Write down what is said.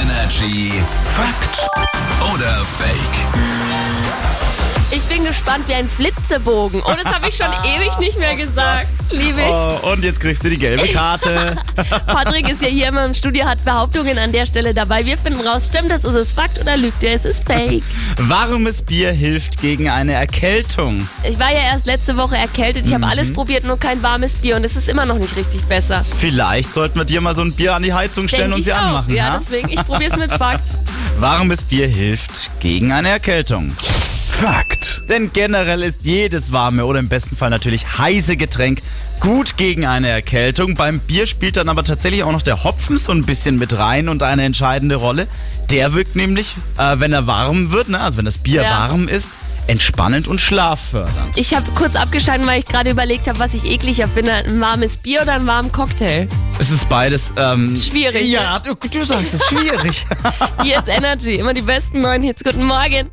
Energy Fakt oder Fake? Ich bin gespannt wie ein Flitzebogen. Und das habe ich schon ewig nicht mehr gesagt. Liebe ich. Oh, und jetzt kriegst du die gelbe Karte. Patrick ist ja hier immer im Studio, hat Behauptungen an der Stelle dabei. Wir finden raus, stimmt das, ist es Fakt oder lügt er, es ist Fake. Warmes Bier hilft gegen eine Erkältung. Ich war ja erst letzte Woche erkältet. Ich Mhm. habe alles probiert, nur kein warmes Bier. Und es ist immer noch nicht richtig besser. Vielleicht sollten wir dir mal so ein Bier an die Heizung stellen Denk und ich sie auch. anmachen. Ja, ja? deswegen, ich probiere es mit Fakt. Warmes Bier hilft gegen eine Erkältung. Fakt. Denn generell ist jedes warme oder im besten Fall natürlich heiße Getränk gut gegen eine Erkältung. Beim Bier spielt dann aber tatsächlich auch noch der Hopfen so ein bisschen mit rein und eine entscheidende Rolle. Der wirkt nämlich, äh, wenn er warm wird, ne, also wenn das Bier Ja. warm ist, entspannend und schlaffördernd. Ich habe kurz abgeschalten, weil ich gerade überlegt habe, was ich ekliger finde. Ein warmes Bier oder einen warmen Cocktail. Es ist beides ähm, Schwierig, Ja, du, du sagst es schwierig. Hier ist Energy. Immer die besten neuen Hits. Guten Morgen.